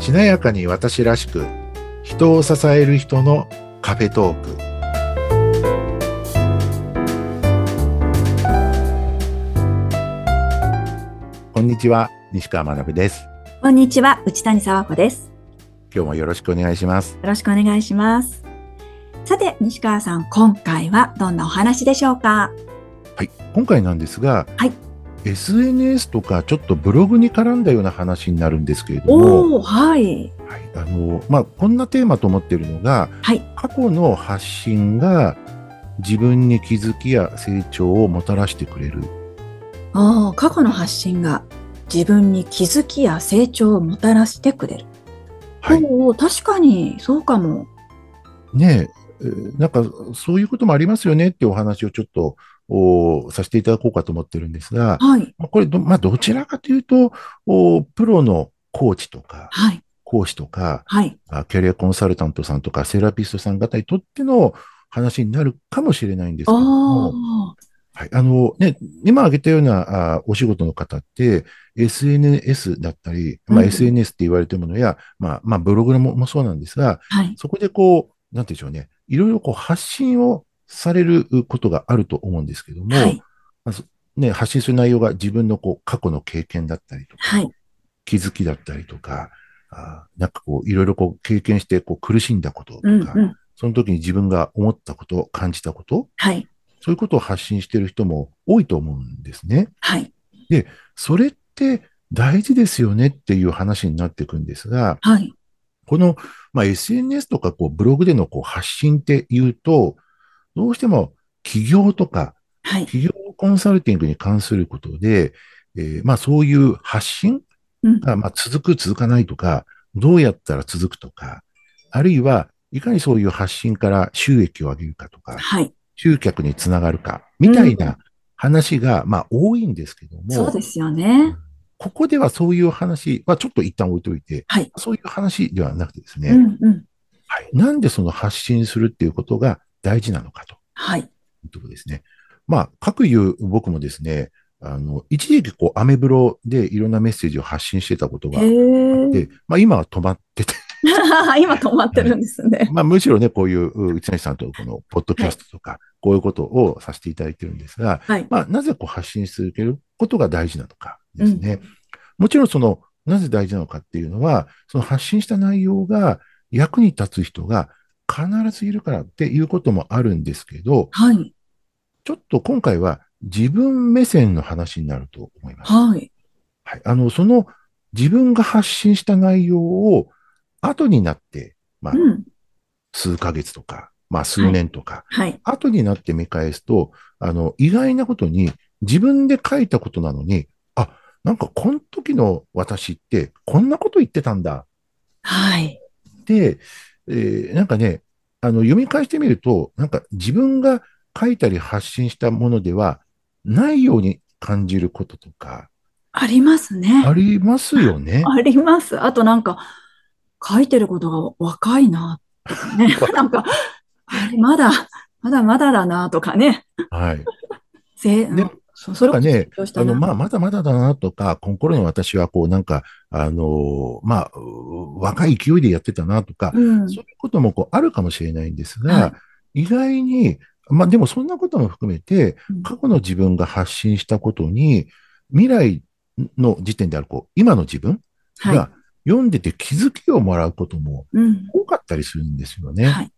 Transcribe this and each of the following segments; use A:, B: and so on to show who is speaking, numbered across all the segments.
A: 華やかに私らしく人を支える人のカフェトークこんにちは西川学です
B: こんにちは、内谷沢子です。
A: 今日もよろしくお願いします
B: よろしくお願いします。さて、西川さん、今回はどんなお話でしょうか
A: はい今回なんですが、
B: はい
A: SNS とかちょっとブログに絡んだような話になるんですけれども、
B: おおー、はい。
A: はいあのまあ、こんなテーマと思っているのが
B: はい。
A: 過去の発信が自分に気づきや成長をもたらしてくれる
B: おー過去の発信が自分に気づきや成長をもたらしてくれる。
A: はい
B: おー確かに、そうかも。
A: ねええー、なんかそういうこともありますよねっていうお話をちょっとおーさせていただこうかと思ってるんですが、
B: はい。
A: まあこれど、まあ、どちらかというと、おープロのコーチとか、
B: はい。
A: 講師とか、
B: はい。
A: あキャリアコンサルタントさんとか、セラピストさん方にとっての話になるかもしれないんですけど
B: お
A: も
B: お、
A: はい、あのね、今挙げたようなあお仕事の方って、SNS だったり、ま
B: う
A: あ、
B: ん
A: SNS って言われてるものや、まあ、まあ、ブログももそうなんですが、
B: はい。
A: そこでこう、なんて言うんでしょうね、いろいろこう発信をされることがあると思うんですけども、
B: はい。
A: まあそね、発信する内容が自分のこう過去の経験だったりとか、
B: はい。
A: 気づきだったりとか、あーなんかこう、いろいろこう経験してこう苦しんだこととか、
B: うん。うん。
A: その時に自分が思ったこと、感じたこと、
B: はい。
A: そういうことを発信してる人も多いと思うんですね。
B: はい。
A: それって大事ですよねっていう話になっていくんですが、
B: はい。
A: この、まあ、SNS とかこうブログでのこう発信っていうと、どうしても企業とか
B: はい。
A: 企業コンサルティングに関することで、えーまあそういう発信
B: うん。
A: が、まあ、続く続かないとか、どうやったら続くとか、あるいはいかにそういう発信から収益を上げるかとか、
B: はい。
A: 集客につながるか、みたいな話が、まあ多いんですけど
B: そう
A: も、
B: ですよね。
A: ここではそういう話はちょっと一旦置いといて、
B: はい
A: そういう話ではなくてですね、
B: うん。うん。
A: はい、なんでその発信するっていうことが大事なのかと
B: はい。
A: いうところですね。まあ、各言う僕もですね、あの、一時期こう、アメブロでいろんなメッセージを発信してたことが
B: へ
A: あっ
B: え。
A: て、まあ今は止まって て、
B: 今止まってるんですね。
A: まあむしろね、こういうう内谷さんとこのポッドキャストとか、こういうことをさせていただいてるんですが、
B: はい。
A: まあなぜこう発信することが大事なのかですね。もちろんその、なぜ大事なのかっていうのは、その発信した内容が役に立つ人が必ずいるからっていうこともあるんですけど、
B: はい。
A: ちょっと今回は自分目線の話になると思います。
B: はい。
A: はい。あの、その自分が発信した内容を後になって、まあ、
B: うん。
A: 数ヶ月とか、まあ、数年とか、
B: はい。
A: 後になって見返すと、あの、意外なことに自分で書いたことなのに、あ、なんかこの時の私ってこんなこと言ってたんだ
B: はい。
A: で、えーなんかね、あの、読み返してみると、なんか自分が書いたり発信したものではないように感じることとか、
B: ありますね。
A: ありますよね。
B: あります。あとなんか、書いてることが若いな。 ね。なんか、あれ、まだ、まだまだだなとかね。
A: はい。
B: ぜ、
A: ね
B: うんそそれ
A: なんかね
B: こそ勉強した
A: あの、
B: な
A: まあ、まだまだだなとか、心の私はこう、なんか、あのーまあ、う若い勢いでやってたなとか、
B: うん。
A: そういうこともこうあるかもしれないんですが、
B: は
A: 意外に、まあでもそんなことも含めて
B: うん、
A: 過去の自分が発信したことに、未来の時点であるこう、今の自分
B: はい。
A: が読んでて気づきをもらうことも
B: うん。
A: 多かったりするんですよね。
B: はい。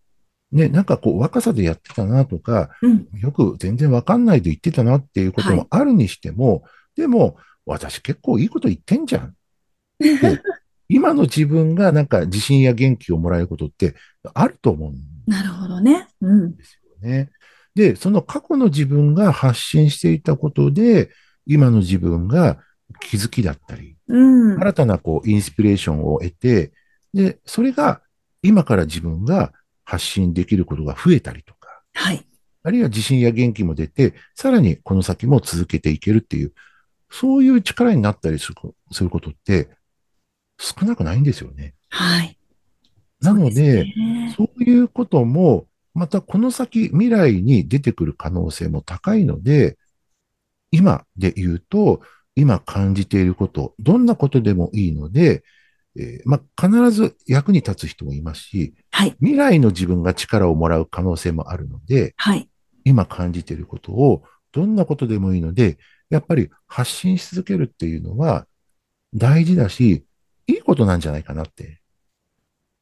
A: ね、なんかこう若さでやってたなとか、
B: うん。
A: よく全然わかんないで言ってたなっていうこともあるにしても、でも、私結構いいこと言ってんじゃんって。今の自分がなんか自信や元気をもらえることってあると思うん
B: なるほどね。うん。
A: ですよね。で、その過去の自分が発信していたことで、今の自分が気づきだったり、
B: うん。
A: 新たなこうインスピレーションを得て、で、それが今から自分が発信できることが増えたりとか、
B: はい。
A: あるいは自信や元気も出て、さらにこの先も続けていけるっていう、そういう力になったりするこすることって少なくないんですよね。
B: はい。
A: なの
B: そう
A: で、
B: すね
A: そういうことも、またこの先未来に出てくる可能性も高いので、今で言うと、今感じていること、どんなことでもいいので、えーまあ、必ず役に立つ人もいますし、
B: はい。
A: 未来の自分が力をもらう可能性もあるので、
B: はい。
A: 今感じていることを、どんなことでもいいので、やっぱり発信し続けるっていうのは大事だし、いいことなんじゃないかなって。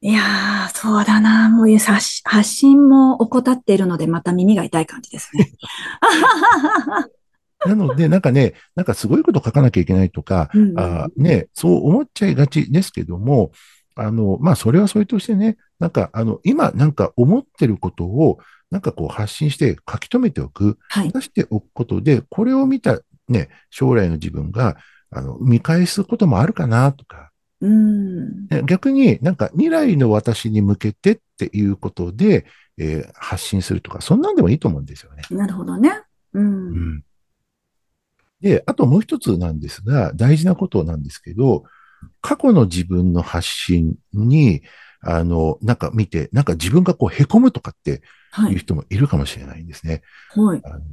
B: いやー、そうだな。もういう発し発信も怠っているので、また耳が痛い感じです ね。
A: なので、なんかね、なんかすごいこと書かなきゃいけないとか、
B: うん
A: あーね、そう思っちゃいがちですけども、あの、まあ、それはそれとしてね、なんか、あの、今、なんか思ってることを、なんかこう発信して書き留めておく、
B: はい。
A: 出しておくことで、これを見た、ね、将来の自分が、あの、見返すこともあるかな、とか、
B: うん。
A: ね逆になんか未来の私に向けてっていうことで、えー発信するとか、そんなんでもいいと思うんですよね。
B: なるほどね。うん。
A: うんで、あともう一つなんですが、大事なことなんですけど、過去の自分の発信に、あの、なんか見て、なんか自分がこう凹むとかって。
B: はいいう
A: 人もいるかもしれないんですね。
B: はい。
A: あの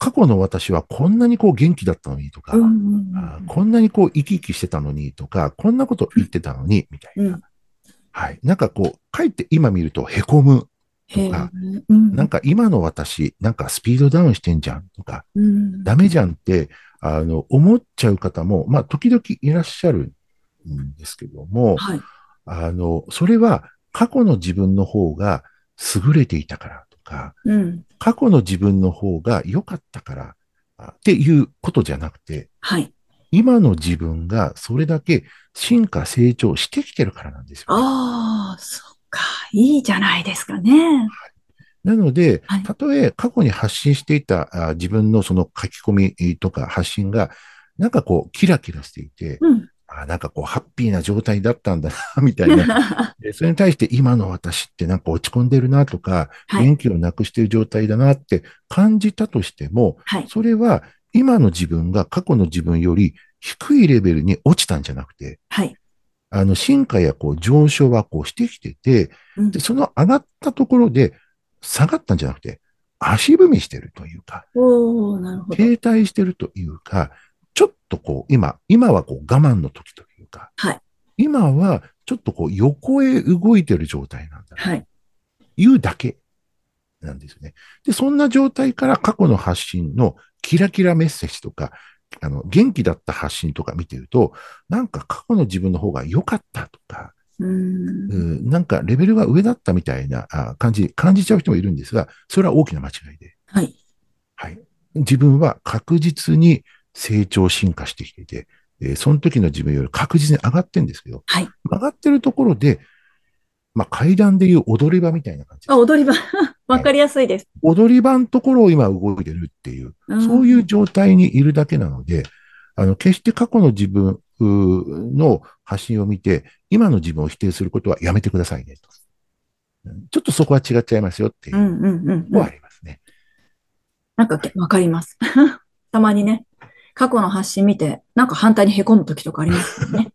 A: 過去の私はこんなにこう元気だったのにとか、
B: うんうんうん
A: あーこんなにこう生き生きしてたのにとか、こんなこと言ってたのに、みたいな。
B: うん
A: はい。なんかこう、かえって今見ると凹む。
B: へえ
A: とか
B: うん
A: なんか今の私、なんかスピードダウンしてんじゃんとか、
B: うん
A: ダメじゃんって、あの、思っちゃう方も、まあ、時々いらっしゃるんですけども、
B: はい。
A: あの、それは過去の自分の方が優れていたからとか、
B: うん。
A: 過去の自分の方が良かったからあっていうことじゃなくて、
B: はい。
A: 今の自分がそれだけ進化成長してきてるからなんですよね、
B: ああ、そっか。いいじゃないですかね。
A: なので
B: はい、
A: たとえ過去に発信していたあ自分のその書き込みとか発信が、なんかこう、キラキラしていて、
B: うん。
A: あなんかこう、ハッピーな状態だったんだな、 みたい な。でそれに対して今の私ってなんか落ち込んでるなとか、
B: はい。
A: 元気をなくしている状態だなって感じたとしても、
B: はい。
A: それは今の自分が過去の自分より低いレベルに落ちたんじゃなくて、
B: はい。
A: あの、進化やこう上昇はこうしてきてて、
B: うん
A: で、その上がったところで下がったんじゃなくて、足踏みしてるというか、
B: おおなるほど。
A: 停滞してるというか、ちょっとこう、今、今はこう我慢の時というか、
B: はい
A: 今はちょっとこう横へ動いてる状態なんだと
B: はい。
A: いうだけなんですよね。で、そんな状態から過去の発信のキラキラメッセージとか、あの、元気だった発信とか見てると、なんか過去の自分の方が良かったとか、
B: うーん。
A: うんなんかレベルが上だったみたいなあ感じ、感じちゃう人もいるんですが、それは大きな間違いで、
B: はい。
A: はい。自分は確実に成長、進化してきていて、えーその時の自分より確実に上がってるんですけど、
B: はい
A: 上がってるところで、まあ、階段でいう踊り場みたいな感じです
B: あ、踊り場。 わかりやすいです。
A: 踊り場のところを今動いてるっていう、
B: ん
A: そういう。状態にいるだけなので、あの、決して過去の自分うーの発信を見て、今の自分を否定することはやめてくださいねと。うんちょっとそこは違っちゃいますよっていううの
B: んうんうんう
A: は
B: ん。
A: ありますね。
B: なんかけ、わかります。 たまにね、過去の発信見て、なんか反対に凹む時とかありますよ ね。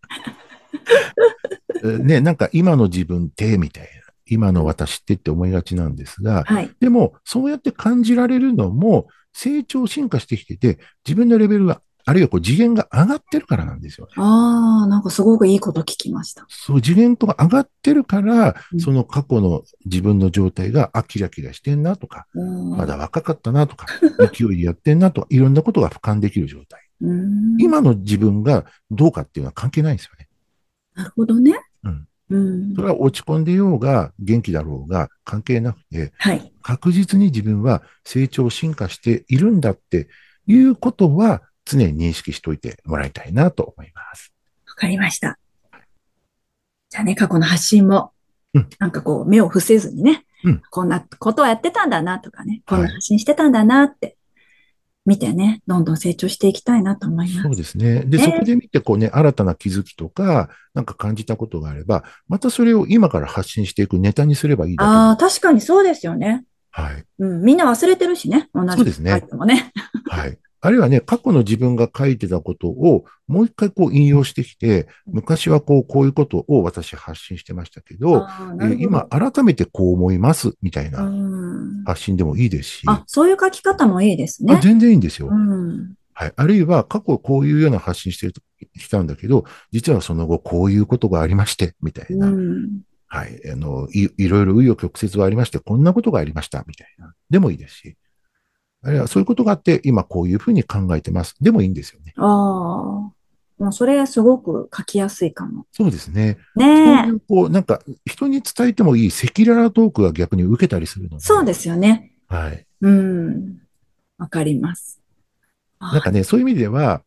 A: えーね、なんか今の自分って、みたいな。今の私ってって思いがちなんですが、
B: はい。
A: でも、そうやって感じられるのも、成長、進化してきてて、自分のレベルが、あるいはこう次元が上がってるからなんですよね。
B: ああ、なんかすごくいいこと聞きました。
A: そう、次元とか上がってるから
B: う、ん
A: その過去の自分の状態が、あ、キラキラしてんなとか、
B: うん
A: まだ若かったなとか、勢いでやってんなとか、いろんなことが俯瞰できる状態。
B: うーん
A: 今の自分がどうかっていうのは関係ないんですよね。
B: なるほどね。
A: うん
B: うん
A: そ。れは落ち込んでようが、元気だろうが、関係なくて、
B: はい。
A: 確実に自分は成長、進化しているんだっていうことは、常に認識しておいてもらいたいなと思います。
B: わかりました。じゃあね、過去の発信も
A: うん、
B: なんかこう、目を伏せずにね、
A: うん
B: こんなことをやってたんだなとかね、こん
A: は
B: ない発信してたんだなって、見てね、どんどん成長していきたいなと思います。
A: そうですね。で、
B: ね
A: そこで見て、こうね、新たな気づきとか、なんか感じたことがあれば、またそれを今から発信していくネタにすればいいだけ
B: ああ、確かにそうですよね。
A: はい。
B: うん、みんな忘れてるしね、同じ
A: そうですね
B: こと書いてもね。
A: はい。あるいはね、過去の自分が書いてたことを、もう一回こう引用してきて、昔はこう、こういうことを私発信してましたけど、
B: あー
A: え
B: なる
A: ー
B: ほど。
A: 今改めてこう思います、みたいうなん発信でもいいですし、
B: あ、そういう書き方もいいです
A: あ
B: ね。
A: 全然いいんですよ
B: う。ん。
A: はい。あるいは、過去こういうような発信してきたんだけど、実はその後こういうことがありまして、みたいな。
B: うん。
A: はい。あの、いいろいろ紆余曲折はありまして、こんなことがありました、みたいな。でもいいですし。あるいは、そういうことがあって、今こういうふうに考えてます。でもいいんですよね。
B: ああ。もうそれすごく書きやすいかも。
A: そうですね。そう
B: ね
A: い
B: え。
A: う、こう、なんか、人に伝えてもいい赤裸々トークが逆に受けたりするので。
B: そうですよね。
A: はい。
B: うん。わかります。
A: なんかね、そういう意味では、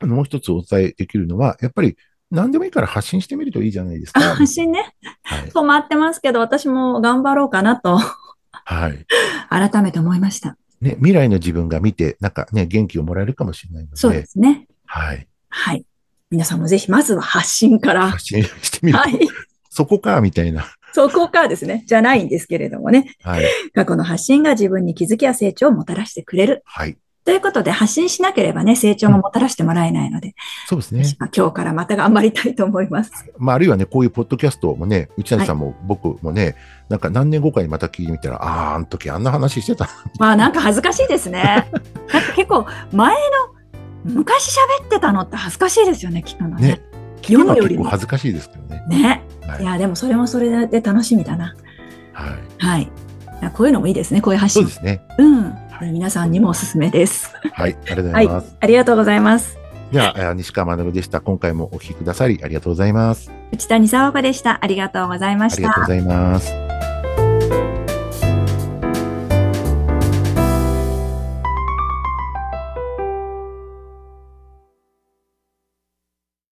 A: あのもう一つお伝えできるのは、やっぱり、何でもいいから発信してみるといいじゃないですか。
B: 発信ね、
A: はい。
B: 止まってますけど、私も頑張ろうかなと、
A: はい。
B: 改めて思いました。
A: ね、未来の自分が見て、なんかね、元気をもらえるかもしれないの
B: そう
A: で、
B: ですね。
A: はい。
B: はい。皆さんもぜひ、まずは発信から。
A: 発信してみる。
B: はい。
A: そこか、みたいな。
B: そこからですね。じゃないんですけれどもね。
A: はい。
B: 過去の発信が自分に気づきや成長をもたらしてくれる。
A: はい。
B: ということで、発信しなければね、成長ももたらしてもらえないので、
A: そうですね。
B: まあ今日からまた頑張りたいと思います。
A: まあ、あるいはね、こういうポッドキャストもね、内谷さんも僕もね、なんか何年後かにまた聞いてみたら、ああ、あの時あんな話して た。
B: まあなんか恥ずかしいですね。なんか結構前の昔喋ってたのって恥ずかしいですよね、聞くのね
A: ね。聞くのは
B: 今より
A: 結
B: も
A: 構恥ずかしいですけどね。
B: ね。
A: はい
B: いや、でもそれもそれで楽しみだな。
A: はい。
B: はい。こういうのもいいですね、こういう発
A: そう
B: 信
A: で。すね。
B: うん。皆さんにもおすすめです。
A: はい。ありがとうござ
B: はいい
A: ます。。
B: ありがとうございます。
A: では、えー西川学でした。今回もお聞きくださり、ありがとうございます。
B: 内谷沙和子でした。ありがとうございま
A: あ
B: し
A: りがとうご。
B: た
A: ざいます。